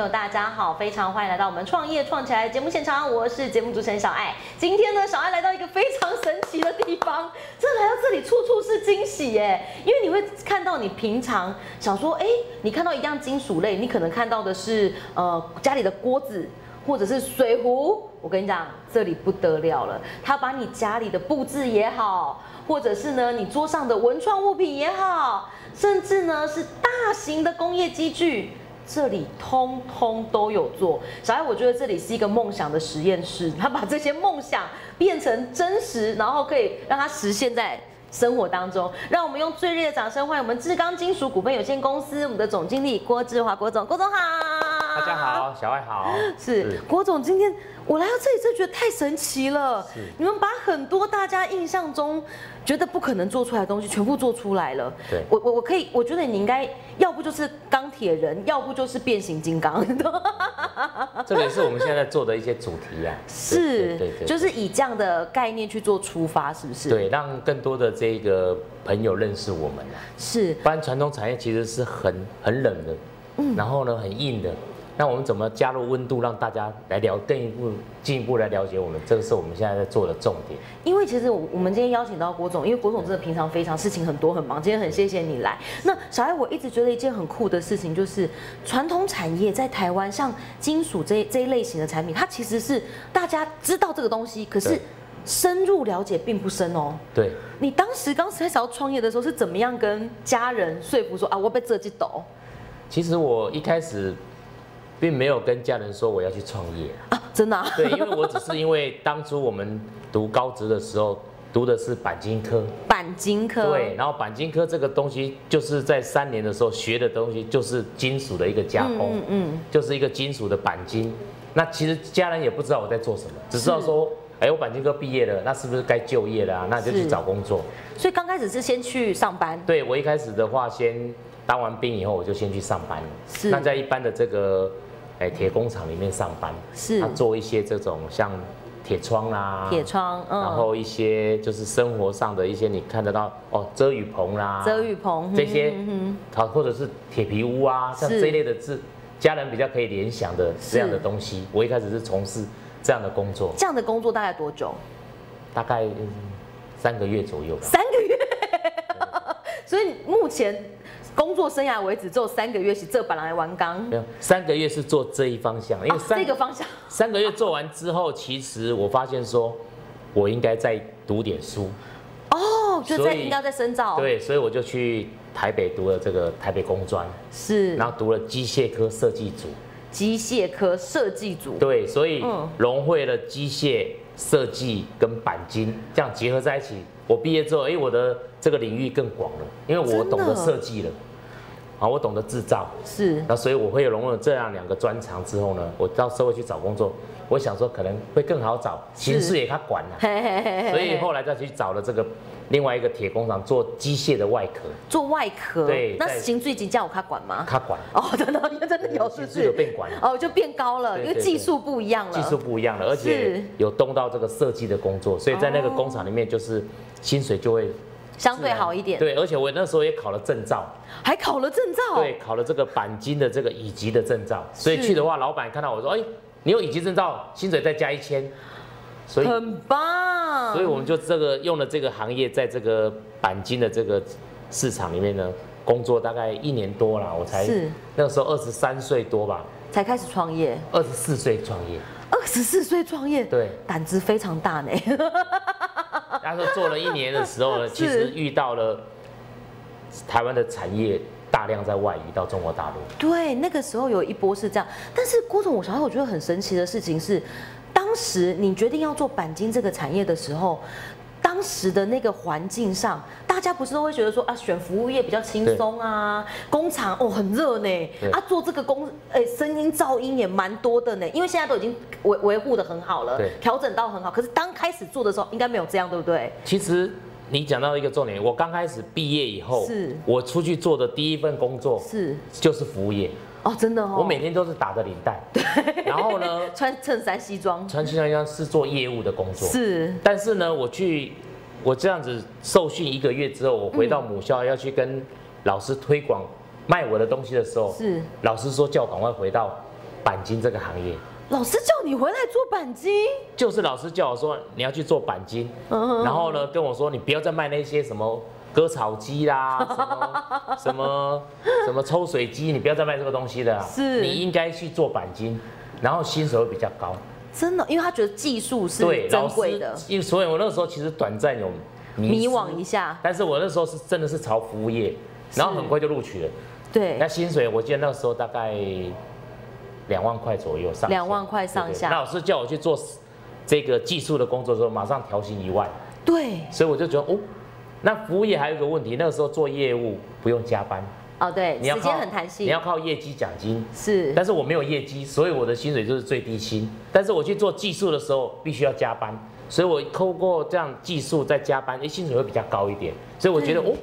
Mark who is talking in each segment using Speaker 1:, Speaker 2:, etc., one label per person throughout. Speaker 1: 友大家好，非常欢迎来到我们创业创起来节目现场，我是节目主持人小爱。今天呢，小爱来到一个非常神奇的地方， 这来到这里处处是惊喜耶，因为你会看到你平常想说，哎、你看到一样金属类，你可能看到的是呃家里的锅子。或者是水壶，我跟你讲，这里不得了了。他把你家里的布置也好，或者是呢你桌上的文创物品也好，甚至呢是大型的工业机具，这里通通都有做。小艾，我觉得这里是一个梦想的实验室，他把这些梦想变成真实，然后可以让它实现在。生活当中，让我们用最热烈的掌声欢迎我们志刚金属股份有限公司我们的总经理郭志华郭总，郭总好，
Speaker 2: 大家好，小爱好，
Speaker 1: 是郭总，今天我来到这里，真的觉得太神奇了
Speaker 2: 是。
Speaker 1: 你们把很多大家印象中觉得不可能做出来的东西，全部做出来了。
Speaker 2: 对
Speaker 1: 我我我可以，我觉得你应该要不就是钢铁人，要不就是变形金刚，
Speaker 2: 这个也是我们现在做的一些主题呀、啊，
Speaker 1: 是
Speaker 2: 对对，对
Speaker 1: 就是以这样的概念去做出发，是不是？，
Speaker 2: 对，让更多的这个朋友认识我们啊。
Speaker 1: 是
Speaker 2: 不然传统产业其实是很很冷的，
Speaker 1: 嗯
Speaker 2: 然后呢很硬的。那我们怎么加入温度，让大家来了更一步进一步来了解我们？这个是我们现在在做的重点。
Speaker 1: 因为其实我我们今天邀请到郭总，因为郭总真的平常非常事情很多很忙，今天很谢谢你来。那小艾，我一直觉得一件很酷的事情就是，传统产业在台湾像金属这这一类型的产品，它其实是大家知道这个东西，可是
Speaker 2: 对
Speaker 1: 深入了解并不深哦。
Speaker 2: 对，
Speaker 1: 你当时刚开始要创业的时候是怎么样跟家人说服说啊，我被这击抖
Speaker 2: 其实我一开始并没有跟家人说我要去创业，
Speaker 1: 啊，真的、啊、
Speaker 2: 对，因为我只是因为当初我们读高职的时候读的是钣金科，
Speaker 1: 钣金科
Speaker 2: 对，然后钣金科这个东西，就是在三年的时候学的东西，就是金属的一个加工，
Speaker 1: 嗯嗯
Speaker 2: 就是一个金属的钣金。那其实家人也不知道我在做什么，只知道说，哎，我钣金科毕业了，那是不是该就业了啊？那就去
Speaker 1: 是
Speaker 2: 找工作。
Speaker 1: 所以刚开始是先去上班，
Speaker 2: 对我一开始的话，先当完兵以后，我就先去上班了。
Speaker 1: 是
Speaker 2: 那在一般的这个，哎，铁工厂里面上班，
Speaker 1: 是
Speaker 2: 那做一些这种像铁窗啦、
Speaker 1: 铁窗，嗯，
Speaker 2: 然后一些就是生活上的一些你看得到哦，遮雨棚啦、
Speaker 1: 遮雨棚
Speaker 2: 这些
Speaker 1: 嗯嗯嗯，
Speaker 2: 好、或者是铁皮屋啊，像
Speaker 1: 是
Speaker 2: 这一类的字，家人比较可以联想的这样的东西。我一开始是从事这样的工作，
Speaker 1: 这样的工作大概多久？
Speaker 2: 大概、嗯三个月左右吧。
Speaker 1: 三个月。 所以目前工作生涯为止只有三个月，是这本来玩刚
Speaker 2: 没有，三个月是做这一方向，因为
Speaker 1: 啊
Speaker 2: 三、
Speaker 1: 这个方向
Speaker 2: 三个月做完之后，其实我发现说，我应该再读点书，
Speaker 1: 哦， 就
Speaker 2: 所
Speaker 1: 在
Speaker 2: 以
Speaker 1: 应该在深造，，
Speaker 2: 对，所以我就去台北读了这个台北工专，
Speaker 1: 是
Speaker 2: 然后读了机械科设计组。
Speaker 1: 机械科设计组，
Speaker 2: 对，所以
Speaker 1: 嗯
Speaker 2: 融汇了机械设计跟钣金，这样结合在一起。我毕业之后，哎、我的这个领域更广了，因为我
Speaker 1: 真的
Speaker 2: 懂得设计了，啊，我懂得制造，
Speaker 1: 是
Speaker 2: 那所以我会融入了这样两个专长之后呢，我到社会去找工作，我想说可能会更好找，形势也他管了、
Speaker 1: 嘿嘿嘿嘿
Speaker 2: 所以后来再去找了这个另外一个铁工厂做机械的外壳，
Speaker 1: 做外壳，
Speaker 2: 对
Speaker 1: 那
Speaker 2: 在
Speaker 1: 行最紧叫我看管吗？
Speaker 2: 他管，
Speaker 1: 哦， 真的，因为真的有，是
Speaker 2: 薪
Speaker 1: 不
Speaker 2: 资有
Speaker 1: 是？
Speaker 2: 变管。
Speaker 1: 哦，就变高了，
Speaker 2: 对
Speaker 1: 因为
Speaker 2: 对
Speaker 1: 技
Speaker 2: 对
Speaker 1: 术不一样了，
Speaker 2: 技术不一样了，而
Speaker 1: 是
Speaker 2: 且有动到这个设计的工作，所以在那个
Speaker 1: 哦
Speaker 2: 工厂里面就是薪水就会
Speaker 1: 相对好一点，
Speaker 2: 对，而且我那时候也考了证照，
Speaker 1: 还考了证照，
Speaker 2: 对，考了这个钣金的这个乙级的证照，所以去的话，老板看到我说，哎，你有乙级证照，薪水再加一千，所以
Speaker 1: 很棒，
Speaker 2: 所以我们就这个用了这个行业在这个钣金的这个市场里面呢。工作大概一年多了，我才
Speaker 1: 是
Speaker 2: 那个时候二十三岁多吧，
Speaker 1: 才开始创业，
Speaker 2: 二十四岁创业，
Speaker 1: 二十四岁创业，
Speaker 2: 对，
Speaker 1: 胆子非常大 呢。
Speaker 2: 那时候做了一年的时候呢，
Speaker 1: 是
Speaker 2: 其实遇到了台湾的产业大量在外移到中国大陆。
Speaker 1: 对，哦那个时候有一波是这样，但是郭总，我想我觉得很神奇的事情是，当时你决定要做钣金这个产业的时候。当时的那个环境上，大家不是都会觉得说啊，选服务业比较轻松啊，工厂哦很热呢
Speaker 2: 对，
Speaker 1: 啊做这个工，哎、声音噪音也蛮多的呢，因为现在都已经维维护的很好了
Speaker 2: 对，
Speaker 1: 调整到很好。可是当开始做的时候，应该没有这样，对不对？
Speaker 2: 其实你讲到一个重点，我刚开始毕业以后，
Speaker 1: 是
Speaker 2: 我出去做的第一份工作
Speaker 1: 是
Speaker 2: 就是服务业，
Speaker 1: 哦，真的哦，
Speaker 2: 我每天都是打着领 带，然后呢
Speaker 1: 穿衬衫西装
Speaker 2: 穿西装装是做业务的工作，
Speaker 1: 是
Speaker 2: 但是呢，我去我这样子受训一个月之后，我
Speaker 1: 嗯
Speaker 2: 回到母校要去跟老师推广卖我的东西的时候，
Speaker 1: 是
Speaker 2: 老师说叫我赶快回到钣金这个行业，
Speaker 1: 老师叫你回来做钣金，
Speaker 2: 就是老师叫我说你要去做钣金，
Speaker 1: 嗯哼
Speaker 2: 然后呢跟我说你不要再卖那些什么割草 机啦，什么什么什么抽水机，你不要再卖这个东西了啊，
Speaker 1: 是
Speaker 2: 你应该去做钣金，然后薪水会比较高。
Speaker 1: 真的，因为他觉得技术是
Speaker 2: 对，
Speaker 1: 珍
Speaker 2: 老
Speaker 1: 贵
Speaker 2: 师
Speaker 1: 的，，
Speaker 2: 因为所以我那时候其实短暂有迷
Speaker 1: 迷
Speaker 2: 失
Speaker 1: 惘一下，
Speaker 2: 但是我那时候是真的是朝服务业，然后很快就录取了。
Speaker 1: 对
Speaker 2: 那，薪水我记得那时候大概两万块左右上下，
Speaker 1: 两万块上下
Speaker 2: 对对那老师叫我去做这个技术的工作的时候，马上调薪一万，
Speaker 1: 对，
Speaker 2: 所以我就觉得哦，那服务业还有一个问题，那个时候做业务不用加班，
Speaker 1: 哦对，时
Speaker 2: 靠
Speaker 1: 间很弹
Speaker 2: 你
Speaker 1: 性
Speaker 2: 要，靠业绩奖金。
Speaker 1: 是
Speaker 2: 但是我没有业绩，所以我的薪水就是最低薪。但是我去做技术的时候，必须要加班，所以我透过这样技术再加班，诶，薪水会比较高一点。所以我觉得
Speaker 1: 对
Speaker 2: 哦，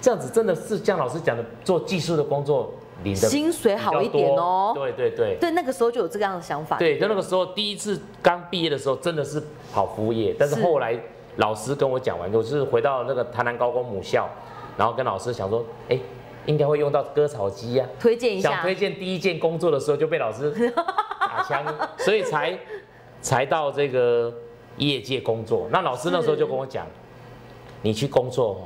Speaker 2: 这样子真的是像老师讲的，做技术的工作领的
Speaker 1: 薪水好一点哦
Speaker 2: 对对对
Speaker 1: 对，那个时候就有这样的想法，
Speaker 2: 对，就那个时候第一次刚毕业的时候，真的是跑服务业，但是
Speaker 1: 是
Speaker 2: 后来老师跟我讲完，我就是回到那个台南高工母校，然后跟老师想说，诶，应该会用到割草机啊呀、
Speaker 1: 推荐一
Speaker 2: 想
Speaker 1: 下
Speaker 2: 推，荐第一件工作的时候就被老师 打枪，所以才才到这个业界工作。那老师那时候就跟我讲，你去工作哦，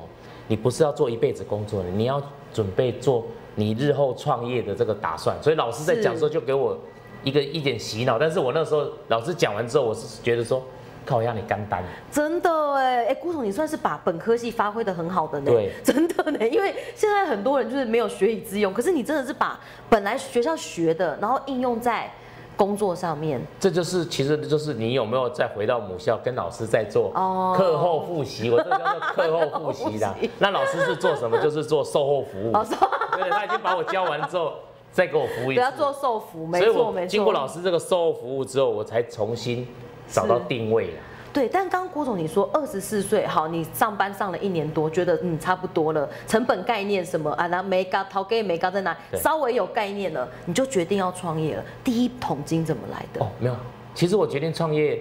Speaker 2: 你不是要做一辈子工作的，你要准备做你日后创业的这个打算。所以老师在讲的时候就给我一个一点洗脑，但是我那时候老师讲完之后，我是觉得说，靠，要你干单。
Speaker 1: 真的哎，哎，顾总，你算是把本科系发挥的很好的呢，
Speaker 2: 对
Speaker 1: 真的呢，因为现在很多人就是没有学以致用，可是你真的是把本来学校学的，然后应用在工作上面，
Speaker 2: 这就是，其实就是你有没有再回到母校跟老师在做
Speaker 1: 哦
Speaker 2: 课后复习？我这个叫做课后复习
Speaker 1: 课后
Speaker 2: 啦
Speaker 1: 复习。哦
Speaker 2: 那老师是做什么？就是做售后服务。
Speaker 1: 老师
Speaker 2: 对，他已经把我教完之后，再给我服务一
Speaker 1: 不
Speaker 2: 次
Speaker 1: 要。做受服，没
Speaker 2: 所以
Speaker 1: 错
Speaker 2: 我
Speaker 1: 没错，
Speaker 2: 经过老师这个售后服务之后，我才重新找到
Speaker 1: 是
Speaker 2: 定位啦。
Speaker 1: 对，但刚郭总你说二十四岁，好，你上班上了一年多，觉得嗯差不多了，成本概念什么啊，那没搞淘给没搞在哪，
Speaker 2: 对
Speaker 1: 稍微有概念了，你就决定要创业了。第一桶金怎么来的？
Speaker 2: 哦，没有，其实我决定创业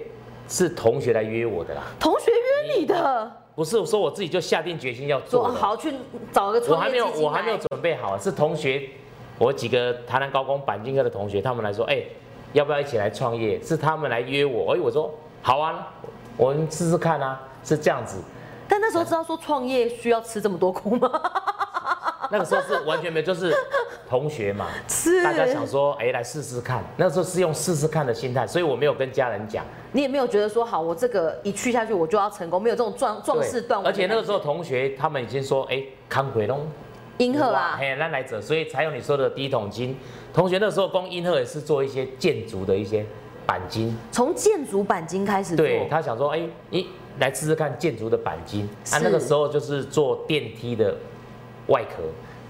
Speaker 2: 是同学来约我的啦，
Speaker 1: 同学约你的，
Speaker 2: 不是说我自己就下定决心要
Speaker 1: 说
Speaker 2: 做的。
Speaker 1: 好去找个
Speaker 2: 我
Speaker 1: 创
Speaker 2: 还
Speaker 1: 业
Speaker 2: 没有
Speaker 1: 基，金
Speaker 2: 我还没有
Speaker 1: 来
Speaker 2: 准备好，是同学，我几个台南高工钣金科的同学，他们来说，哎、要不要一起来创业？是他们来约我，哎，我说好啊，我们试试看啊，是这样子。
Speaker 1: 但那时候知道说创业需要吃这么多苦 吗？
Speaker 2: 那个时候是完全没有，就是同学嘛，
Speaker 1: 是，
Speaker 2: 大家想说，哎、来试试看。那时候是用试试看的心态，所以我没有跟家人讲。
Speaker 1: 你也没有觉得说好，我这个一去下去我就要成功，没有这种壮壮
Speaker 2: 对
Speaker 1: 士断腕。
Speaker 2: 而且那个时候同学他们已经说，哎、康奎龙
Speaker 1: 银河啊，
Speaker 2: 嘿，那来者，所以才有你说的第一桶金。同学那时候光英赫也是做一些建筑的一些钣金，
Speaker 1: 从建筑钣金开始做，
Speaker 2: 对他想说，哎、你来试试看建筑的钣金。啊
Speaker 1: 是，
Speaker 2: 那个时候就是做电梯的外壳，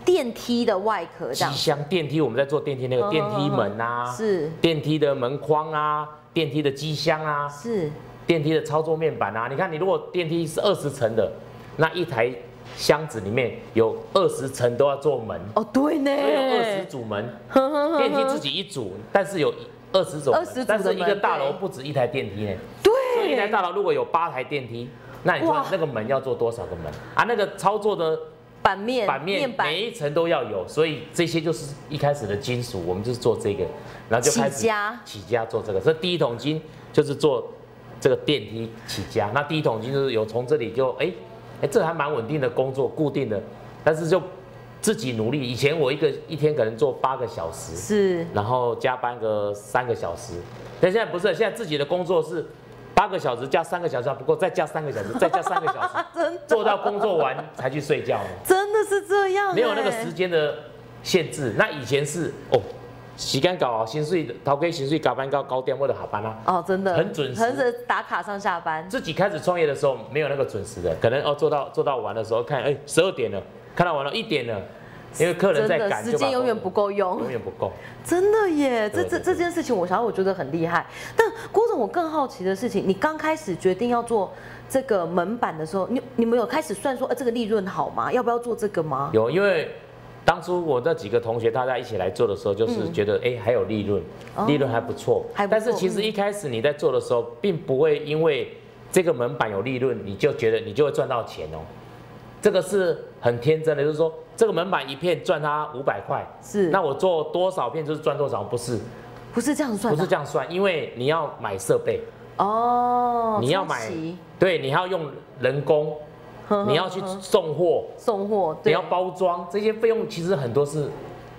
Speaker 1: 电梯的外壳这
Speaker 2: 机
Speaker 1: 样。
Speaker 2: 箱电梯，我们在做电梯那个
Speaker 1: 嗯
Speaker 2: 电梯门啊，
Speaker 1: 是
Speaker 2: 电梯的门框啊，电梯的机箱啊，
Speaker 1: 是
Speaker 2: 电梯的操作面板啊。你看，你如果电梯是二十层的，那一台箱子里面有二十层都要做门。
Speaker 1: 哦，对呢，
Speaker 2: 所以有二十组门，电梯自己一组，但是有二十种门，
Speaker 1: 20组的
Speaker 2: 但是一个
Speaker 1: 门
Speaker 2: 大楼
Speaker 1: 对
Speaker 2: 不止一台电梯呢。所以一台
Speaker 1: 对，
Speaker 2: 大楼如果有八台电梯，那你说
Speaker 1: 哇
Speaker 2: 那个门要做多少个门啊？那个操作的
Speaker 1: 版面
Speaker 2: 版面每一层都要有，所以这些就是一开始的金属，我们就是做这个，然后就开始
Speaker 1: 起家
Speaker 2: 起家做这个。这第一桶金就是做这个电梯起家，那第一桶金就是有从这里就哎哎，这还蛮稳定的工作，固定的，但是就自己努力。以前我一个一天可能做八个小时，
Speaker 1: 是
Speaker 2: 然后加班个三个小时。但现在不是，现在自己的工作是八个小时加三个小时还啊不够，再加三 个小时，再加三个小时，
Speaker 1: 啊真
Speaker 2: 做到工作完才去睡觉。
Speaker 1: 真的是这样欸，
Speaker 2: 没有那个时间的限制。那以前是哦，时间搞啊好，薪水头家薪水加班到高点或者下班啊。
Speaker 1: 哦，真的
Speaker 2: 很准时
Speaker 1: 很准时打卡上下班，
Speaker 2: 自己开始创业的时候没有那个准时的，可能哦做到做到晚的时候看，哎十二点了，看到晚了一点了，因为客人
Speaker 1: 真
Speaker 2: 在
Speaker 1: 的
Speaker 2: 赶，
Speaker 1: 时
Speaker 2: 就把
Speaker 1: 间永远不够用
Speaker 2: 永，远不够。
Speaker 1: 真的耶，这
Speaker 2: 对
Speaker 1: 这
Speaker 2: 对对
Speaker 1: 这件事情我想我觉得很厉害。但郭总，我更好奇的事情，你刚开始决定要做这个门板的时候，你你们有开始算说，呃，这个利润好吗？要不要做这个吗？
Speaker 2: 有，因为当初我那几个同学大家一起来做的时候，就是觉得哎、诶还有利润，利润还不错。
Speaker 1: 嗯哦还不
Speaker 2: 但是
Speaker 1: 错嗯
Speaker 2: 其实一开始你在做的时候，并不会因为这个门板有利润，你就觉得你就会赚到钱哦。这个是很天真的，就是说这个门板一片赚它五百块，
Speaker 1: 是
Speaker 2: 那我做多少片就是赚多少，不是？
Speaker 1: 不是这样算啊
Speaker 2: 不
Speaker 1: 吧，
Speaker 2: 是这样算，因为你要买设备，
Speaker 1: 哦，
Speaker 2: 你要
Speaker 1: 初
Speaker 2: 买
Speaker 1: 期，嗯
Speaker 2: 对，你要用人工，
Speaker 1: 呵呵
Speaker 2: 你要去
Speaker 1: 呵呵
Speaker 2: 送货，
Speaker 1: 送货，
Speaker 2: 你
Speaker 1: 对，
Speaker 2: 要包装，这些费用其实很多是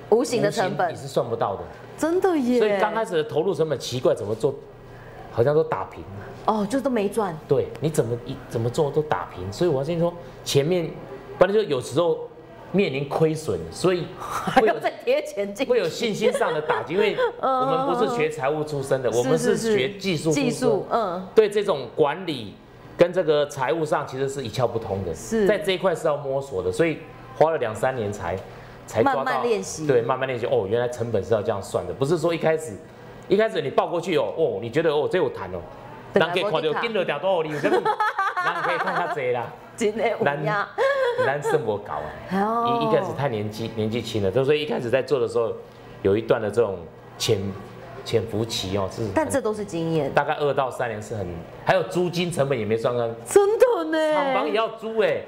Speaker 1: 无形的成
Speaker 2: 无
Speaker 1: 本
Speaker 2: 形你，是算不到的。
Speaker 1: 真的耶，
Speaker 2: 所以刚开始的投入成本奇怪，怎么做，好像都打平。
Speaker 1: 哦，就都没赚，
Speaker 2: 对，你怎么一怎么做都打平。所以我要先说，前面本来就有时候面临亏损，所以
Speaker 1: 还
Speaker 2: 会有
Speaker 1: 要再贴钱进去，
Speaker 2: 会有信心上的打击，因为
Speaker 1: 嗯
Speaker 2: 我们不是学财务 出身的，我们是学技术出
Speaker 1: 技
Speaker 2: 身
Speaker 1: 术，，嗯，
Speaker 2: 对这种管理跟这个财务上其实是一窍不通的，
Speaker 1: 是
Speaker 2: 在这一块是要摸索的，所以花了两三年才才抓到
Speaker 1: 慢慢练习
Speaker 2: 对，慢慢练习。哦，原来成本是要这样算的，不是说一开始一开始你报过去哦，哦，你觉得哦这有谈哦，
Speaker 1: 本来
Speaker 2: 人家看
Speaker 1: 啊没得
Speaker 2: 到
Speaker 1: 谈
Speaker 2: 金额掉多少，你有这个，人可以看他 贼啦，
Speaker 1: 真的有
Speaker 2: 咱
Speaker 1: 呀，
Speaker 2: 咱胜我搞啊。
Speaker 1: 哦
Speaker 2: 一一开始太年纪年纪轻了，所以一开始在做的时候，有一段的这种潜潜伏期哦，是很
Speaker 1: 但这都是经验，
Speaker 2: 大概二到三年是很，还有租金成本也没算上，
Speaker 1: 真的呢，
Speaker 2: 厂房也要租哎、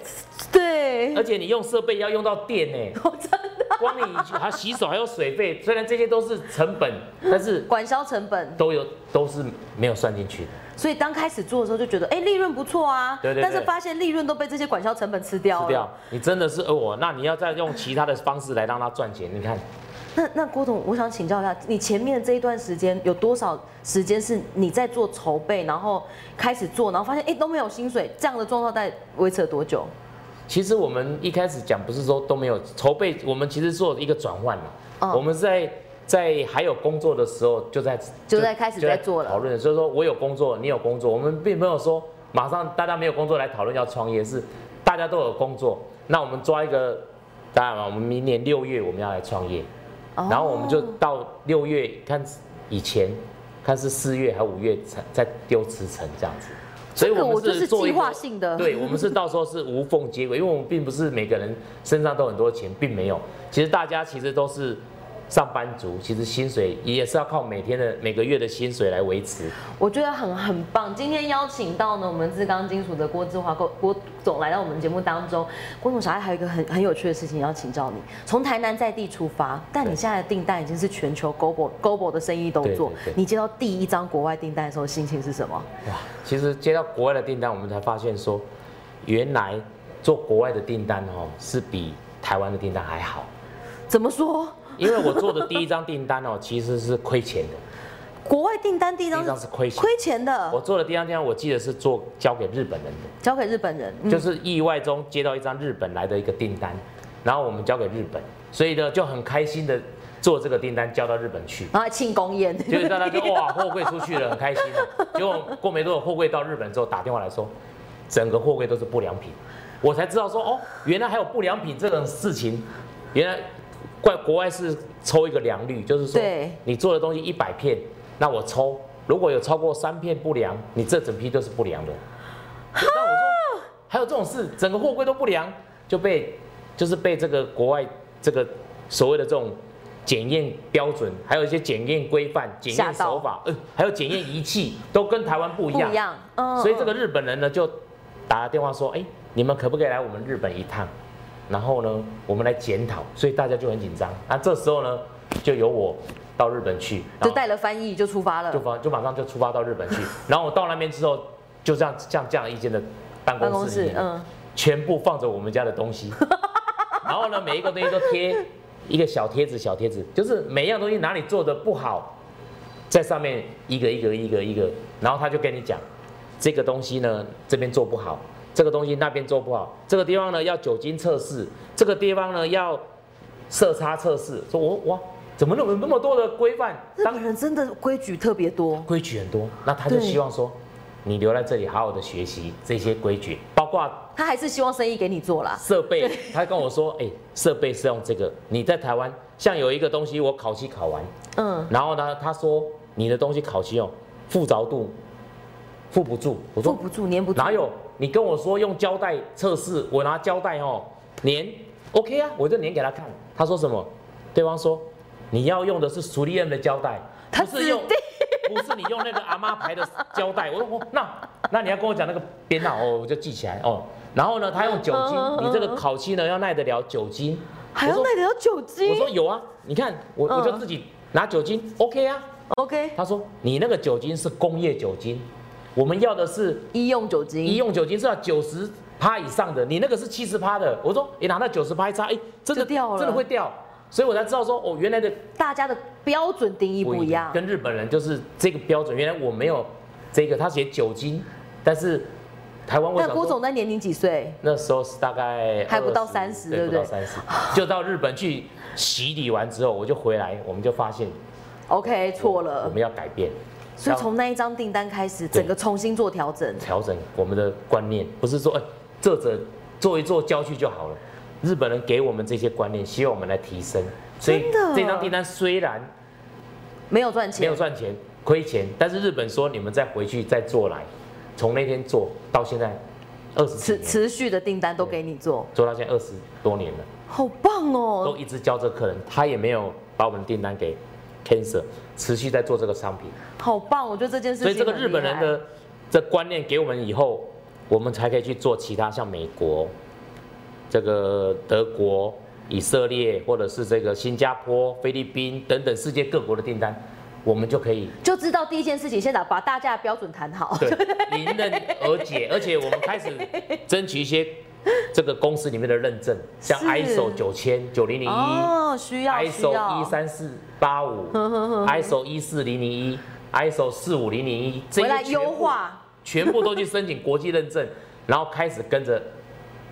Speaker 1: 对
Speaker 2: 而，且你用设备要用到电哎、
Speaker 1: 哦真的
Speaker 2: 光你还洗手还有水费，虽然这些都是成本，但是
Speaker 1: 管销成本，
Speaker 2: 都有都是没有算进去的，
Speaker 1: 所以当开始做的时候就觉得，哎，利润不错啊，
Speaker 2: 对对对
Speaker 1: 但是发现利润都被这些管销成本吃掉了，
Speaker 2: 吃掉。啊你真的是讹我，那你要再用其他的方式来让他赚钱，你看。
Speaker 1: 那那郭董，我想请教一下，你前面这一段时间有多少时间是你在做筹备，然后开始做，然后发现哎、诶都没有薪水，这样的状况在维持了多久？
Speaker 2: 其实我们一开始讲不是说都没有筹备，我们其实做一个转换嘛。
Speaker 1: 嗯
Speaker 2: 我们在在还有工作的时候就在
Speaker 1: 就在开始在做了
Speaker 2: 讨论。所以说我有工作，你有工作，我们并没有说马上大家没有工作来讨论要创业，是大家都有工作。那我们抓一个，当然嘛，我们明年六月我们要来创业，然后我们就
Speaker 1: 哦
Speaker 2: 到六月看以前，看是四月还五月才再丢辞呈这样子。所以
Speaker 1: 这个
Speaker 2: 我
Speaker 1: 我
Speaker 2: 们
Speaker 1: 就是是
Speaker 2: 做一
Speaker 1: 计
Speaker 2: 个
Speaker 1: 划性的，
Speaker 2: 对，我们是到时候是无缝接轨，因为我们并不是每个人身上都很多钱，并没有。其实大家其实都是上班族，其实薪水也是要靠每天的每个月的薪水来维持。
Speaker 1: 我觉得很很棒。今天邀请到呢我们志刚金属的郭志华郭郭总来到我们节目当中。郭总，小爱还有一个很很有趣的事情要请教你。从台南在地出发，但你
Speaker 2: 对
Speaker 1: 现在的订单已经是全球 global global 的生意动作
Speaker 2: 对对对。
Speaker 1: 你接到第一张国外订单的时候，心情是什么？
Speaker 2: 哇，其实接到国外的订单，我们才发现说，原来做国外的订单哦，是比台湾的订单还好。
Speaker 1: 怎么说？
Speaker 2: 因为我做的第一张订单哦，其实是亏钱 的，
Speaker 1: 国外订单第一
Speaker 2: 第
Speaker 1: 张
Speaker 2: 一张是亏钱。
Speaker 1: 亏钱
Speaker 2: 我
Speaker 1: 的，
Speaker 2: 做的第一张订单，我记得是做交给日本人的。
Speaker 1: 交给日本人。嗯
Speaker 2: 就是意外中接到一张日本来的一个订单，然后我们交给日本，所以呢就很开心的做这个订单交到日本 去，
Speaker 1: 然后还啊庆功宴，
Speaker 2: 结果到那边哇货柜出去了，很开心啊。结果过没多久货柜到日本之后打电话来说，整个货柜都是不良品，我才知道说哦原来还有不良品这种事情，原来怪国外是抽一个良率，就是说
Speaker 1: 对
Speaker 2: 你做的东西一百片，那我抽如果有超过三片不良，你这整批都是不良的。那我说还有这种事，整个货柜都不良，就被就是被这个国外这个所谓的这种检验标准，还有一些检验规范、检验手法，呃，还有检验仪器，都跟台湾不一
Speaker 1: 不
Speaker 2: 样。
Speaker 1: 一样。嗯
Speaker 2: 所以这个日本人呢，就打了电话说：“哎、你们可不可以来我们日本一趟？然后呢，我们来检讨。”所以大家就很紧张。那这时候呢，就由我到日本去，然后
Speaker 1: 就带了翻译就出发了
Speaker 2: 就，马就马上就出发到日本去。然后我到那边之后，就这样像这样一间的办
Speaker 1: 办公
Speaker 2: 公室里
Speaker 1: 室
Speaker 2: 面，
Speaker 1: 嗯，
Speaker 2: 全部放着我们家的东西。然后呢，每一个东西都贴一个小贴纸，小贴纸就是每一样东西哪里做的不好，在上面一个一个一个一个，然后他就跟你讲，这个东西呢这边做不好，这个东西那边做不好，这个地方呢要酒精测试，这个地方呢要色差测试。说我哇，怎么那么那么多的规范？
Speaker 1: 日本人真的规矩特别多，
Speaker 2: 规矩很多，那他就
Speaker 1: 对
Speaker 2: 希望说，你留在这里好好的学习这些规矩，包括
Speaker 1: 他还是希望生意给你做啦。
Speaker 2: 设备。他跟我说，哎、设备是用这个，你在台湾，像有一个东西我烤漆烤完，
Speaker 1: 嗯，
Speaker 2: 然后呢，他说你的东西烤漆哦，附着度附不住，我
Speaker 1: 坐
Speaker 2: 说
Speaker 1: 不住，粘不住，
Speaker 2: 哪有？你跟我说用胶带测试，我拿胶带哦粘，OK 啊，我就粘给他看。他说什么？对方说你要用的是熟利恩的胶带，
Speaker 1: 他
Speaker 2: 不
Speaker 1: 指
Speaker 2: 是用，不是你用那个阿妈牌的胶带。我说我那那你要跟我讲那个编号哦，我就记起来哦。然后呢，他用酒
Speaker 1: 嗯嗯
Speaker 2: 精，
Speaker 1: 嗯
Speaker 2: 你这个烤漆呢要耐得了酒精。
Speaker 1: 还要
Speaker 2: 我说
Speaker 1: 耐得了酒
Speaker 2: 我
Speaker 1: 精？
Speaker 2: 说有啊，你看我我就
Speaker 1: 嗯
Speaker 2: 自己拿酒精，OK 啊，
Speaker 1: OK，
Speaker 2: 他说你那个酒精是工业酒精，我们要的是
Speaker 1: 医用酒精，
Speaker 2: 医用酒精是要九十趴以上的，你那个是七十趴的。我说你拿到九十趴一擦，哎、真的
Speaker 1: 就掉了
Speaker 2: 真的会掉。所以我才知道说，哦，原来的
Speaker 1: 大家的标准定义不一样。
Speaker 2: 跟日本人就是这个标准。原来我没有这个，他写酒精，但是台湾我
Speaker 1: 那
Speaker 2: 想
Speaker 1: 郭总
Speaker 2: 说
Speaker 1: 那年龄几岁？
Speaker 2: 那时候是大概
Speaker 1: 还不到
Speaker 2: 20
Speaker 1: 30对不
Speaker 2: 对不
Speaker 1: 对
Speaker 2: 到三十，就到日本去洗礼完之后，我就回来，我们就发现
Speaker 1: OK，错
Speaker 2: 我
Speaker 1: 了
Speaker 2: 们。要改变，
Speaker 1: 所以从那一张订单开始，
Speaker 2: 对
Speaker 1: 整个重新做调整。
Speaker 2: 调整我们的观念，不是说哎、作者做一做交去就好了。日本人给我们这些观念，希望我们来提升。所
Speaker 1: 真
Speaker 2: 以
Speaker 1: 的
Speaker 2: 这张订单虽然
Speaker 1: 没有赚
Speaker 2: 没有
Speaker 1: 钱，
Speaker 2: 赚钱、亏钱，但是日本说你们再回去再做来，从那天做到现在二十
Speaker 1: 持
Speaker 2: 年，
Speaker 1: 持续的订单都给你做，
Speaker 2: 做到现在二十多年了，
Speaker 1: 好棒
Speaker 2: 都
Speaker 1: 哦！
Speaker 2: 一直教这客人，他也没有把我们的订单给 cancel，持续在做这个商品。
Speaker 1: 好棒，我觉得这件事情
Speaker 2: 所以
Speaker 1: 很厉
Speaker 2: 这
Speaker 1: 害。
Speaker 2: 个日本人的这观念给我们以后，我们才可以去做其他像美国、这个德国、以色列，或者是这个新加坡、菲律宾等等世界各国的订单，我们就可以
Speaker 1: 就知道第一件事情，先打把大家的标准谈好。
Speaker 2: 对迎刃而 解，而且我们开始争取一些这个公司里面的认证，像
Speaker 1: 是
Speaker 2: ISO 九千九零零一、
Speaker 1: 哦，需要需
Speaker 2: ISO
Speaker 1: 要
Speaker 2: 一。三四八 五、ISO 一四零零一、ISO 四五零零一，这
Speaker 1: 回
Speaker 2: 些
Speaker 1: 来
Speaker 2: 全部
Speaker 1: 优化，
Speaker 2: 全部都去申请国际认证， 然后开始跟着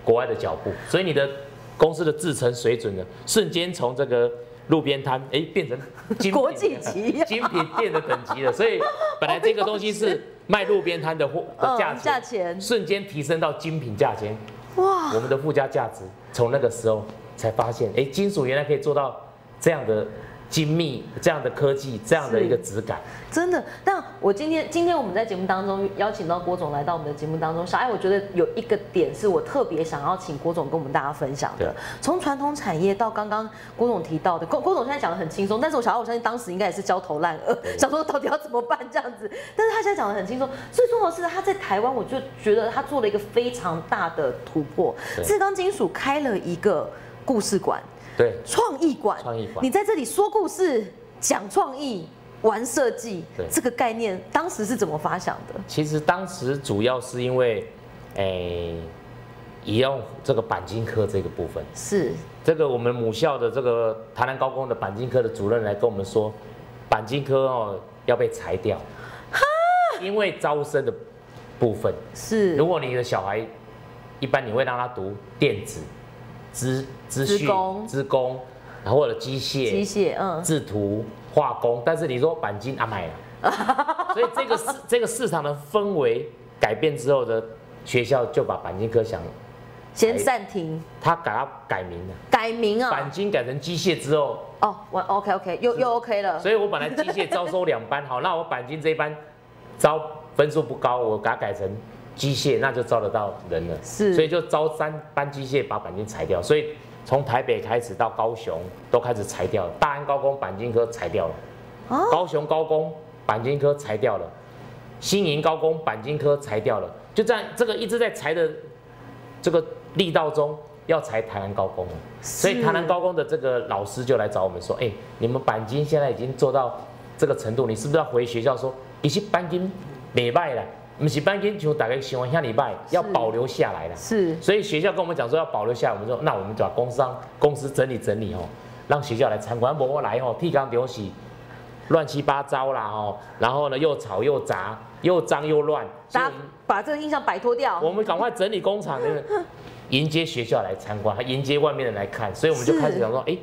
Speaker 2: 国外的脚步，所以你的公司的制程水准呢，瞬间从这个路边摊哎变成精品
Speaker 1: 国际级啊
Speaker 2: 精品店的等级了。所以本来这个东 西是卖路边摊的货的价
Speaker 1: 嗯，
Speaker 2: 钱，
Speaker 1: 价钱
Speaker 2: 瞬间提升到精品价钱，
Speaker 1: 哇，
Speaker 2: 我们的附加价值从那个时候才发现，哎，金属原来可以做到这样的精密、这样的科技、这样的一个质感。
Speaker 1: 真的。但我今天今天我们在节目当中邀请到郭总来到我们的节目当中，小艾，我觉得有一个点是我特别想要请郭总跟我们大家分享的
Speaker 2: 对，
Speaker 1: 从传统产业到刚刚郭总提到的，郭郭总现在讲的很轻松，但是我小艾我相信当时应该也是焦头烂额，想说到底要怎么办这样子。但是他现在讲的很轻松，最重要的是他在台湾，我就觉得他做了一个非常大的突破，
Speaker 2: 对
Speaker 1: 制钢金属开了一个故事馆。
Speaker 2: 对，
Speaker 1: 创意馆，
Speaker 2: 创意馆
Speaker 1: 你在这里说故事、讲创意、玩设计
Speaker 2: 对，
Speaker 1: 这个概念当时是怎么发想的？
Speaker 2: 其实当时主要是因为，诶、也要这个钣金科这个部分，
Speaker 1: 是
Speaker 2: 这个我们母校的这个台南高工的钣金科的主任来跟我们说，钣金科哦要被裁掉，因为招生的部分，
Speaker 1: 是
Speaker 2: 如，果你的小孩，一般你会让他读电子、资资
Speaker 1: 资
Speaker 2: 讯、
Speaker 1: 工
Speaker 2: 资工，然后或者机械、
Speaker 1: 机械，嗯，
Speaker 2: 制图、化工，但是你说钣金安排了，所以这个市这个市场的氛围改变之后的学校就把钣金科想，
Speaker 1: 先暂停，
Speaker 2: 他改它改名了，
Speaker 1: 改名
Speaker 2: 钣
Speaker 1: 啊，
Speaker 2: 金改成机械之后，
Speaker 1: 哦，完，OK OK，又又 OK 了，
Speaker 2: 所以我本来机械招收两班，好，那我钣金这一班招分数不高，我给它改成机械，那就招得到人了，
Speaker 1: 是
Speaker 2: 所以就招三班机械，把钣金裁掉，所以从台北开始到高雄都开始裁掉了，大安高工钣金科裁掉了。
Speaker 1: 哦，
Speaker 2: 高雄高工钣金科裁掉了，新营高工钣金科裁掉了，就在这个一直在裁的这个力道中，要裁台南高工了。所以台南高工的这个老师就来找我们说，哎、你们钣金现在已经做到这个程度，你是不是要回学校说，你是钣金礼拜了，不是钣金就大概喜欢下礼拜要保留下来了。
Speaker 1: 是
Speaker 2: 所以学校跟我们讲说要保留下来，我们说那我们就把工商公司整理整理哦，让学校来参观，不然我来哦，剃缸流洗，乱七八糟啦哦，然后呢又吵又杂，又脏又乱，所以
Speaker 1: 大
Speaker 2: 我
Speaker 1: 家
Speaker 2: 们
Speaker 1: 把这个印象摆脱掉，
Speaker 2: 我们赶快整理工厂，就是迎接学校来参观，还迎接外面人来看，所以我们就开始想说，哎、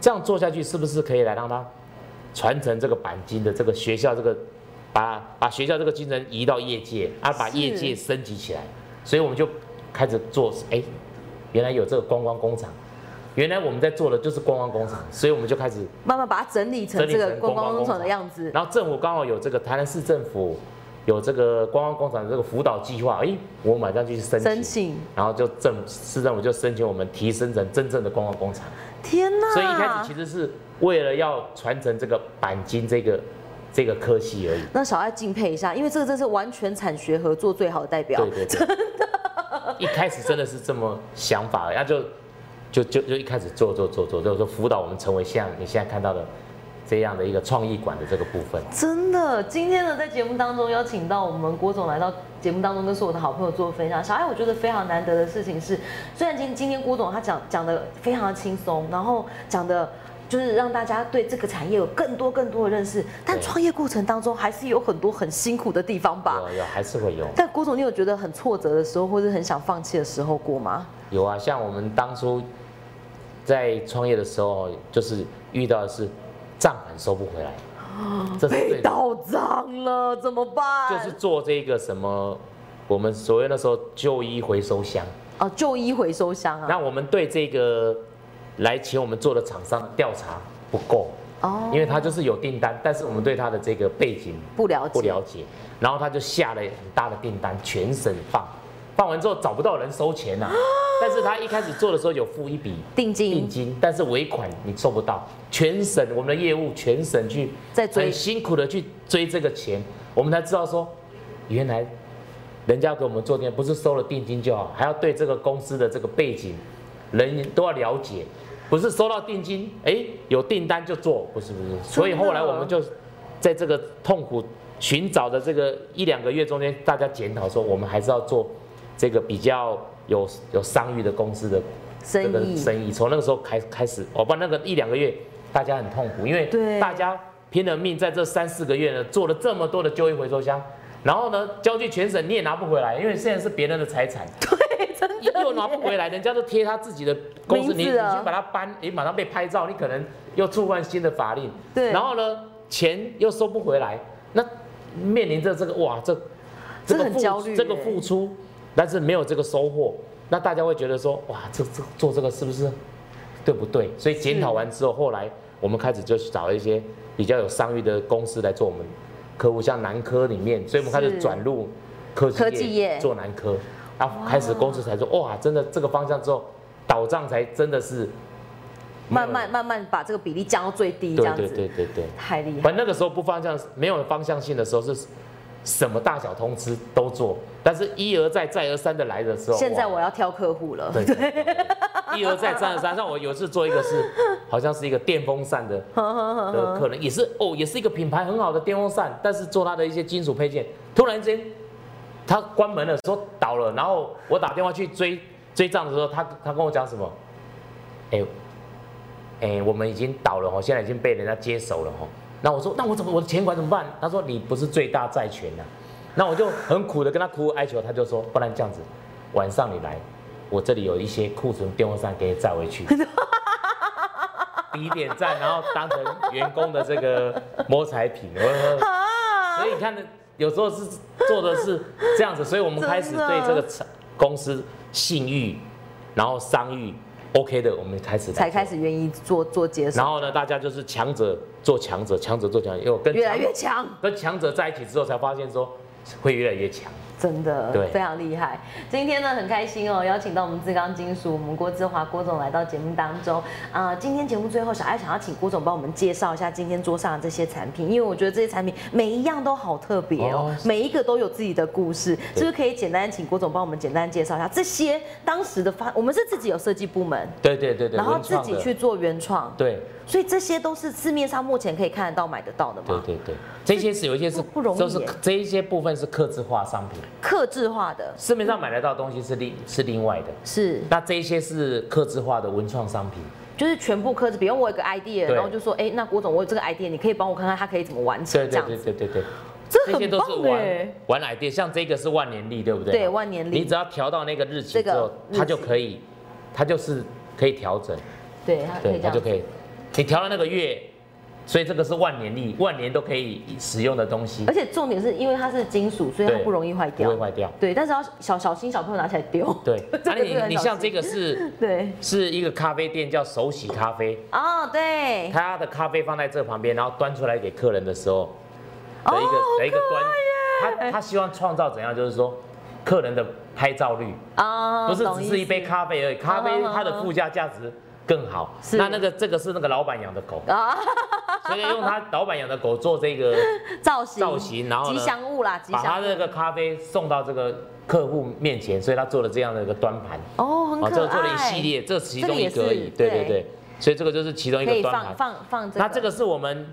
Speaker 2: 这样做下去是不是可以来让它传承这个钣金的这个学校这个，把把学校这个精神移到业界，啊，把
Speaker 1: 是
Speaker 2: 业界升级起来，所以我们就开始做，哎、原来有这个观光工厂，原来我们在做的就是观光工厂，所以我们就开始
Speaker 1: 慢慢把它整理成
Speaker 2: 整理
Speaker 1: 这个
Speaker 2: 成
Speaker 1: 观
Speaker 2: 观
Speaker 1: 光
Speaker 2: 光
Speaker 1: 工
Speaker 2: 工
Speaker 1: 厂
Speaker 2: 厂
Speaker 1: 的样子，
Speaker 2: 然后政府刚好有这个台南市政府有这个观光工厂的这个辅导计划，哎、我马上就去申请，
Speaker 1: 申请，
Speaker 2: 然后就政市政府就申请我们提升成真正的观光工厂，
Speaker 1: 天哪！
Speaker 2: 所以一开始其实是为了要传承这个钣金这个这个科系而已。
Speaker 1: 那小艾敬佩一下，因为这个真是完全产学合作最好的代表
Speaker 2: 对。对对，真的，一开始真的是这么想法，那就就就就一开始做做做做，就是说辅导我们成为像你现在看到的这样的一个创意馆的这个部分。
Speaker 1: 真的，今天呢，在节目当中邀请到我们郭总来到节目当中，跟所有的好朋友做分享。小艾，我觉得非常难得的事情是，虽然今今天郭总他讲讲的非常的轻松，然后讲的。就是让大家对这个产业有更多更多的认识，但
Speaker 2: 对
Speaker 1: 创业过程当中还是有很多很辛苦的地方吧。
Speaker 2: 有有还是会有
Speaker 1: 但郭总，你有觉得很挫折的时候，或者很想放弃的时候过吗？
Speaker 2: 有啊，像我们当初在创业的时候，就是遇到的是账款收不回来，这是
Speaker 1: 被
Speaker 2: 最
Speaker 1: 倒账了，怎么办？
Speaker 2: 就是做这个什么，我们所谓那时候旧衣回收箱。
Speaker 1: 啊，旧衣回收箱啊。
Speaker 2: 那我们对这个来请我们做的厂商的调查不够，
Speaker 1: 哦
Speaker 2: 因为他就是有订单，但是我们对他的这个背景
Speaker 1: 不了解，
Speaker 2: 不了解，然后他就下了很大的订单，全省放，放完之后找不到人收钱呐、但是他一开始做的时候有付一笔
Speaker 1: 定金
Speaker 2: 定金，但是尾款你收不到，全省我们的业务全省去
Speaker 1: 在追
Speaker 2: 很辛苦的去追这个钱，我们才知道说，原来人家给我们做店不是收了定金就好，还要对这个公司的这个背景、人都要了解，不是收到定金，哎、有订单就做，不是不是。所以后来我们就
Speaker 1: 哦
Speaker 2: 在这个痛苦寻找的这个一两个月中间，大家检讨说，我们还是要做这个比较有有商誉的公司的
Speaker 1: 生
Speaker 2: 这个
Speaker 1: 意
Speaker 2: 生意。从那个时候开开始，我把那个一两个月大家很痛苦，因为
Speaker 1: 对
Speaker 2: 大家拼了命在这三四个月呢做了这么多的旧衣回收箱。然后呢，交去全省你也拿不回来，因为现在是别人的财产，
Speaker 1: 对， 真的
Speaker 2: 又拿不回来，人家都贴他自己的公司，
Speaker 1: 名
Speaker 2: 你你
Speaker 1: 字啊
Speaker 2: 去
Speaker 1: 了
Speaker 2: 把它搬，你马上被拍照，你可能又触犯新的法令。
Speaker 1: 对
Speaker 2: 然后呢，钱又收不回来，那面临着这个哇，这
Speaker 1: 这
Speaker 2: 个
Speaker 1: 很
Speaker 2: 付
Speaker 1: 焦虑
Speaker 2: 这个
Speaker 1: 耶
Speaker 2: 付出，但是没有这个收获，那大家会觉得说哇，这这做这个是不是对不对？所以检讨完之后，后来我们开始就去找一些比较有商誉的公司来做我们客户，像南科里面，所以我们开
Speaker 1: 是
Speaker 2: 始转入科技
Speaker 1: 科技业
Speaker 2: 做南科，然后开始公司才说哇，真的这个方向之后，倒账才真的是没有
Speaker 1: 慢慢慢慢把这个比例降到最低，这
Speaker 2: 对
Speaker 1: 样
Speaker 2: 对
Speaker 1: 子
Speaker 2: 对对对。
Speaker 1: 太厉害
Speaker 2: 反正那个时候不方向没有方向性的时候是。什么大小通吃都做，但是一而再再而三的来的时候，
Speaker 1: 了。现在
Speaker 2: 哇
Speaker 1: 我要挑客户了，
Speaker 2: 对，对对对 一而再，再而三。像我有一次做一个是，好像是一个电风扇的的客人，也是哦，也是一个品牌很好的电风扇，但是做它的一些金属配件，突然间他关门了，说倒了，然后我打电话去追追账的时候，他他跟我讲什么？哎、哎、我们已经倒了哦，现在已经被人家接手了哦。那我说，那我怎么我的钱款怎么办？他说你不是最大债权呐、那我就很苦的跟他苦苦哀求，他就说，不然这样子，晚上你来，我这里有一些库存电风扇给你载回去。 抵点赞，然后当成员工的这个摸彩品。我
Speaker 1: 啊
Speaker 2: 所，以你看，有时候是做的是这样子，所以我们开始
Speaker 1: 真的
Speaker 2: 对这个产公司信誉，然后商誉 OK 的，我们开始来做
Speaker 1: 才开始。愿意做做接
Speaker 2: 然
Speaker 1: 手，
Speaker 2: 后呢，大家就是强者做强者，强者做强者，因为我跟
Speaker 1: 越来
Speaker 2: 强
Speaker 1: 越强。
Speaker 2: 跟强者在一起之后，才发现说会越来越强。
Speaker 1: 真的，
Speaker 2: 对
Speaker 1: 非常厉害。今天呢，很开心哦，邀请到我们志刚金属，我们郭志华郭总来到节目当中。啊、今天节目最后，小艾想要请郭总帮我们介绍一下今天桌上的这些产品，因为我觉得这些产品每一样都好特别哦，
Speaker 2: 哦
Speaker 1: 每一个都有自己的故事，是不是可以简单请郭总帮我们简单介绍一下这些当时的发？我们是自己有设计部门，
Speaker 2: 对对对对，
Speaker 1: 然后
Speaker 2: 文
Speaker 1: 自
Speaker 2: 创
Speaker 1: 己
Speaker 2: 的
Speaker 1: 去做原创，
Speaker 2: 对
Speaker 1: 所以这些都是市面上目前可以看得到、买得到的
Speaker 2: 对
Speaker 1: 嘛，
Speaker 2: 对对，这些是有一些是
Speaker 1: 不不容易
Speaker 2: 都是
Speaker 1: 耶
Speaker 2: 这一些部分是客制化商品，
Speaker 1: 克制化的，
Speaker 2: 市面上买得到的东西是另是另外的。
Speaker 1: 是。
Speaker 2: 那这一些是客制化的文创商品，
Speaker 1: 就是全部克制，比如我有个 idea，
Speaker 2: 对
Speaker 1: 然后就说，哎、那郭总，我有这个 idea，你可以帮我看看它可以怎么完成，
Speaker 2: 对
Speaker 1: 这
Speaker 2: 对
Speaker 1: 样
Speaker 2: 对
Speaker 1: 子，
Speaker 2: 对对对，
Speaker 1: 这
Speaker 2: 这些
Speaker 1: 很
Speaker 2: 都是
Speaker 1: 棒
Speaker 2: 玩
Speaker 1: 哎，
Speaker 2: 玩 idea，像这个是万年历，对不对？
Speaker 1: 对万年历
Speaker 2: 你只要调到那个日期
Speaker 1: 这个
Speaker 2: 之后，
Speaker 1: 日期
Speaker 2: 它就可以，它就是可以调整，
Speaker 1: 对，它可以
Speaker 2: 对，
Speaker 1: 这
Speaker 2: 它
Speaker 1: 样
Speaker 2: 就可以，你调到那个月，所以这个是万年历，万年都可以使用的东西
Speaker 1: 而，且重点是因为它是金属，所以它
Speaker 2: 对
Speaker 1: 不容易坏
Speaker 2: 不
Speaker 1: 掉，
Speaker 2: 会坏掉。
Speaker 1: 对，但是要小小心小朋友拿起来丢，，
Speaker 2: 对
Speaker 1: 这个
Speaker 2: 啊
Speaker 1: 真的
Speaker 2: 你
Speaker 1: 很
Speaker 2: 你
Speaker 1: 小
Speaker 2: 像
Speaker 1: 心
Speaker 2: 这个是
Speaker 1: 对，
Speaker 2: 是一个咖啡店叫手洗咖啡，
Speaker 1: 哦，对，
Speaker 2: 他的咖啡放在这旁边，然后端出来给客人的时候
Speaker 1: 哦
Speaker 2: 的一个、
Speaker 1: 好
Speaker 2: 的一个端，
Speaker 1: 耶
Speaker 2: 他他希望创造怎样？就是说，客人的拍照率
Speaker 1: 啊
Speaker 2: 不是只是一杯咖啡而已，咖啡
Speaker 1: 嗯嗯
Speaker 2: 它的附加价值更好。
Speaker 1: 是
Speaker 2: 那那个这个是那个老板养的狗，
Speaker 1: 啊，
Speaker 2: 所以用他老板养的狗做这个，
Speaker 1: 造型
Speaker 2: 造型然后
Speaker 1: 吉
Speaker 2: 呢
Speaker 1: 祥物 啦，吉
Speaker 2: 把他
Speaker 1: 祥物
Speaker 2: 这个咖啡送到这个客户面前，所以他做了这样的一个端盘。
Speaker 1: 哦，很
Speaker 2: 哦，这
Speaker 1: 可
Speaker 2: 个做了一
Speaker 1: 爱，
Speaker 2: 系列，这其
Speaker 1: 这个
Speaker 2: 中一
Speaker 1: 也
Speaker 2: 个而已
Speaker 1: 是。
Speaker 2: 对对
Speaker 1: 对
Speaker 2: 对，所以这个就是其中一
Speaker 1: 可以
Speaker 2: 个端
Speaker 1: 放
Speaker 2: 盘。
Speaker 1: 放放这个。
Speaker 2: 那这个是我们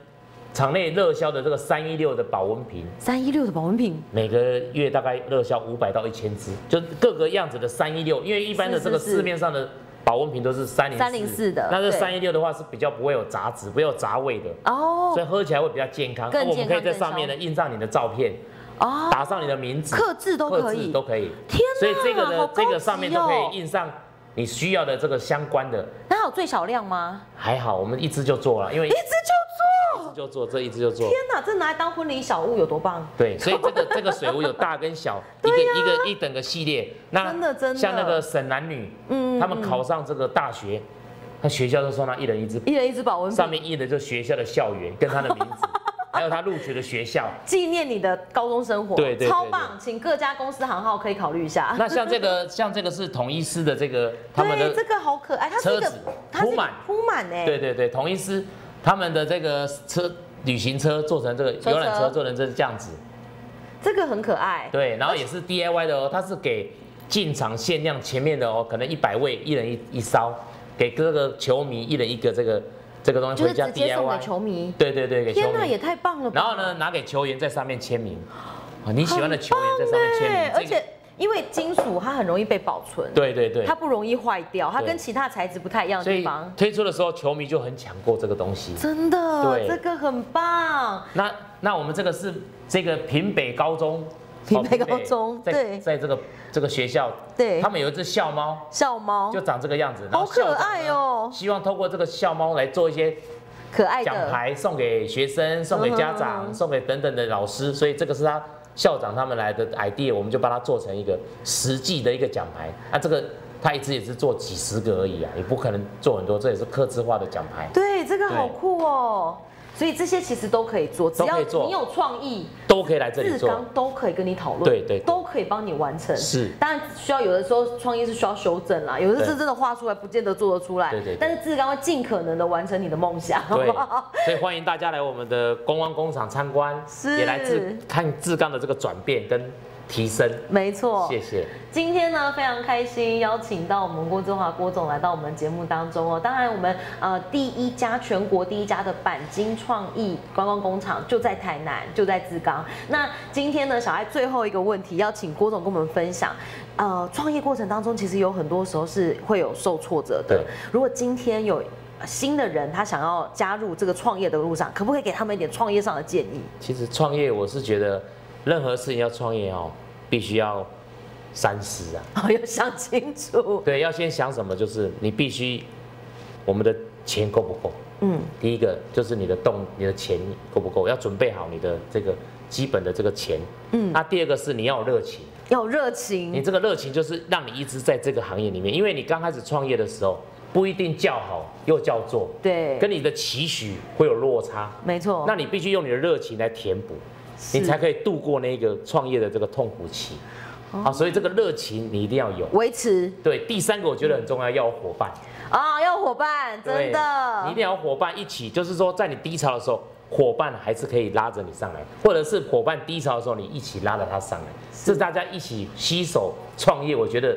Speaker 2: 场内热销的这个三一六的保温瓶，
Speaker 1: 三一六的保温瓶，
Speaker 2: 每个月大概热销五百到一千只，就各个样子的三一六，因为一般的
Speaker 1: 是
Speaker 2: 这个
Speaker 1: 是是
Speaker 2: 市面上的保温瓶都是三零
Speaker 1: 304的
Speaker 2: 那
Speaker 1: 对
Speaker 2: 这三一六的话是比较不会有杂质，不会有杂味的，
Speaker 1: 哦
Speaker 2: 所以喝起来会比较健康。
Speaker 1: 更
Speaker 2: 那我们可以
Speaker 1: 健康
Speaker 2: 在上面呢
Speaker 1: 更
Speaker 2: 印上你的照片，
Speaker 1: 哦，
Speaker 2: 打上你的名字，
Speaker 1: 刻字都可
Speaker 2: 刻字
Speaker 1: 以
Speaker 2: 都。可以。
Speaker 1: 天哪，
Speaker 2: 所以这个
Speaker 1: 好
Speaker 2: 呢，
Speaker 1: 高
Speaker 2: 这
Speaker 1: 级
Speaker 2: 个上面都可
Speaker 1: 哦
Speaker 2: 以印上你需要的这个相关的。
Speaker 1: 那它有最小量吗？
Speaker 2: 还好我们一支就做了，因为一
Speaker 1: 一支就
Speaker 2: 支
Speaker 1: 做，
Speaker 2: 就做，这一支就做。
Speaker 1: 天哪，这拿来当婚礼小物有多棒？
Speaker 2: 对，所以这个这个水壶有大跟 小，一个、一个一整个系列。那
Speaker 1: 真的真的
Speaker 2: 像那个沈男女，
Speaker 1: 嗯
Speaker 2: 他们考上这个大学，他学校都送他一人一支，
Speaker 1: 嗯一人一支保温
Speaker 2: 上
Speaker 1: 瓶，
Speaker 2: 面印的就是学校的校园跟他的名 字，还有他入学的学校。
Speaker 1: 纪念你的高中生活，
Speaker 2: 对对对
Speaker 1: 超
Speaker 2: 对
Speaker 1: 棒，请各家公司行号可以考虑一下。
Speaker 2: 那像 这个像这个是统一师的这个他们的
Speaker 1: 对，这个好可爱，它是一个
Speaker 2: 车子
Speaker 1: 它是一
Speaker 2: 铺
Speaker 1: 个
Speaker 2: 满
Speaker 1: 铺满哎，
Speaker 2: 对对对，同一师他们的这个车旅行车做成这个
Speaker 1: 车
Speaker 2: 游览车
Speaker 1: 车
Speaker 2: 做成这这样子，
Speaker 1: 这个很可爱，
Speaker 2: 对，然后也是 DIY 的哦，它是给进场限量前面的哦，可能一百位一人一一烧，给各个球迷一人一个这个这个东西
Speaker 1: 就
Speaker 2: 回
Speaker 1: 是
Speaker 2: 家
Speaker 1: 直接送给
Speaker 2: DIY，
Speaker 1: 球迷。
Speaker 2: 对对对，给球
Speaker 1: 天哪，也
Speaker 2: 迷，
Speaker 1: 太棒了吧！
Speaker 2: 然后呢拿给球员在上面签名，啊，你
Speaker 1: 很棒欸，欸
Speaker 2: 喜欢的球员在上面签名，
Speaker 1: 而
Speaker 2: 这个
Speaker 1: 且因为金属它很容易被保存，
Speaker 2: 对对对
Speaker 1: 它。不容易坏掉，它
Speaker 2: 对
Speaker 1: 跟其他材质不太一样的
Speaker 2: 所
Speaker 1: 地
Speaker 2: 以
Speaker 1: 方。
Speaker 2: 推出的时候，球迷就很抢购这个东西。
Speaker 1: 真的，
Speaker 2: 对
Speaker 1: 这个很棒。
Speaker 2: 那那我们这个是这个平北高中，
Speaker 1: 平
Speaker 2: 哦
Speaker 1: 北高中
Speaker 2: 在
Speaker 1: 对
Speaker 2: 在这个这个学校，
Speaker 1: 对
Speaker 2: 他们有一只校猫，
Speaker 1: 笑猫
Speaker 2: 就长这个样子，然
Speaker 1: 好
Speaker 2: 后校
Speaker 1: 可
Speaker 2: 长
Speaker 1: 爱哦，
Speaker 2: 希望透过这个校猫来做一些
Speaker 1: 可爱
Speaker 2: 奖
Speaker 1: 的，
Speaker 2: 牌，送给学生、送给家
Speaker 1: 嗯哼
Speaker 2: 长、送给等等的老师，所以这个是他校长他们来的 idea，我们就把它做成一个实际的一个奖牌。那这个他一直也是做几十个而已啊，也不可能做很多，这也是刻字化的奖牌，
Speaker 1: 对，这个好酷哦。所以这些其实都可以做，只
Speaker 2: 都
Speaker 1: 要
Speaker 2: 可以做
Speaker 1: 你有创意，
Speaker 2: 都可以来这里
Speaker 1: 志
Speaker 2: 做
Speaker 1: 刚。都可以跟你讨论，
Speaker 2: 对对对
Speaker 1: 都可以帮你完成。
Speaker 2: 是
Speaker 1: 当然需要有的时候创意是需要修正啦，有的是
Speaker 2: 对
Speaker 1: 真的画出来不见得做得出来，
Speaker 2: 对对对
Speaker 1: 但是志刚会尽可能的完成你的梦想，好
Speaker 2: 对
Speaker 1: 不好？，
Speaker 2: 所以欢迎大家来我们的观光工厂参观，
Speaker 1: 是
Speaker 2: 也来自看志刚的这个转变跟提升。
Speaker 1: 没错，
Speaker 2: 谢谢，
Speaker 1: 今天呢，非常开心邀请到我们郭振华郭总来到我们节目当中哦。当然，我们呃第一家全国第一家的钣金创意观光工厂就在台南，就在志刚。那今天呢，小爱最后一个问题要请郭总跟我们分享。呃，创业过程当中，其实有很多时候是会有受挫折的
Speaker 2: 对。
Speaker 1: 如果今天有新的人他想要加入这个创业的路上，可不可以给他们一点创业上的建议？
Speaker 2: 其实创业我是觉得，任何事情要创业哦，必须要三思啊。
Speaker 1: 哦，要想清楚。
Speaker 2: 对，要先想什么，就是你必须，我们的钱够不够？
Speaker 1: 嗯，
Speaker 2: 第一个就是你的动，你的钱够不够？要准备好你的这个基本的这个钱。嗯，那第二个是你要有热情，
Speaker 1: 要有热情。
Speaker 2: 你这个热情就是让你一直在这个行业里面，因为你刚开始创业的时候不一定叫好又叫做，
Speaker 1: 对，
Speaker 2: 跟你的期许会有落差。
Speaker 1: 没错。
Speaker 2: 那你必须用你的热情来填补，
Speaker 1: 哦是
Speaker 2: 你才可以度过那个创业的这个痛苦期。
Speaker 1: 哦
Speaker 2: 啊，所以这个热情你一定要有。
Speaker 1: 维持
Speaker 2: 对，第三个我觉得很重要，要有伙伴。
Speaker 1: 啊、要伙伴，真
Speaker 2: 对
Speaker 1: 的，
Speaker 2: 你一定要有伙伴一起，就是说在你低潮的时候，伙伴还是可以拉着你上来，或者是伙伴低潮的时候，你一起拉着他上来，是大家一起携手创业，我觉得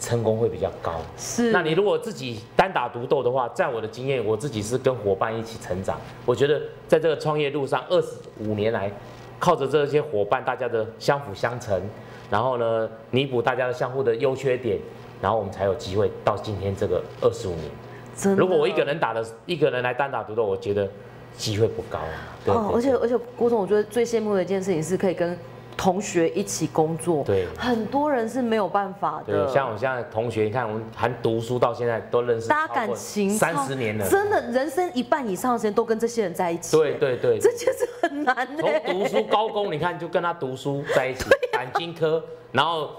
Speaker 2: 成功会比较高。
Speaker 1: 是
Speaker 2: 那你如果自己单打独斗的话，在我的经验，我自己是跟伙伴一起成长。我觉得在这个创业路上，二十五年来，靠着这些伙伴，大家的相辅相成，然后呢，弥补大家的相互的优缺点，然后我们才有机会到今天这个二十五年。
Speaker 1: 真的
Speaker 2: 如果我一个人打的，一个人来单打独斗，我觉得机会不高啊。对
Speaker 1: 哦，
Speaker 2: 对
Speaker 1: 而且
Speaker 2: 对
Speaker 1: 而且郭总，我觉得最羡慕的一件事情是可以跟同学一起工作，
Speaker 2: 对
Speaker 1: 很多人是没有办法的，
Speaker 2: 对，像我现在同学，你看我们还读书到现在都认识，
Speaker 1: 大家感情
Speaker 2: 三
Speaker 1: 超
Speaker 2: 十年了，
Speaker 1: 真的人生一半以上的时间都跟这些人在一起，
Speaker 2: 对，对对，
Speaker 1: 这件事很难欸呢
Speaker 2: 从。读书高工，你看就跟他读书 在一起，钣金科，然后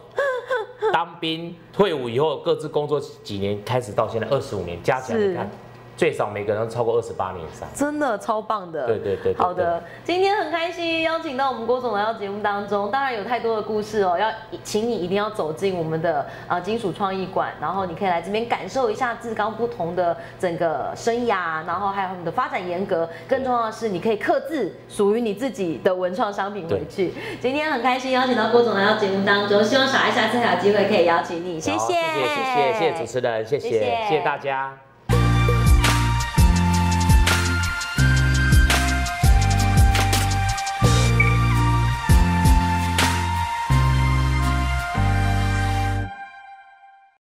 Speaker 2: 当兵退伍以后各自工作几年，开始到现在二十五年，加起来
Speaker 1: 是
Speaker 2: 你看最少每个人都超过二十八年以上。
Speaker 1: 真的超棒的，
Speaker 2: 对对对对对
Speaker 1: 好的，今天很开心邀请到我们郭总来到节目当中，当然有太多的故事哦，要请你一定要走进我们的呃金属创意馆，然后你可以来这边感受一下志刚不同的整个生涯，然后还有他们的发展严格，更重要的是你可以刻制属于你自己的文创商品回去。今天很开心邀请到郭总来到节目当中，希望小爱下次还有机会可以邀请你，谢
Speaker 2: 好
Speaker 1: 谢，
Speaker 2: 谢谢谢谢谢谢主持人，谢谢
Speaker 1: 谢谢
Speaker 2: 谢谢大家。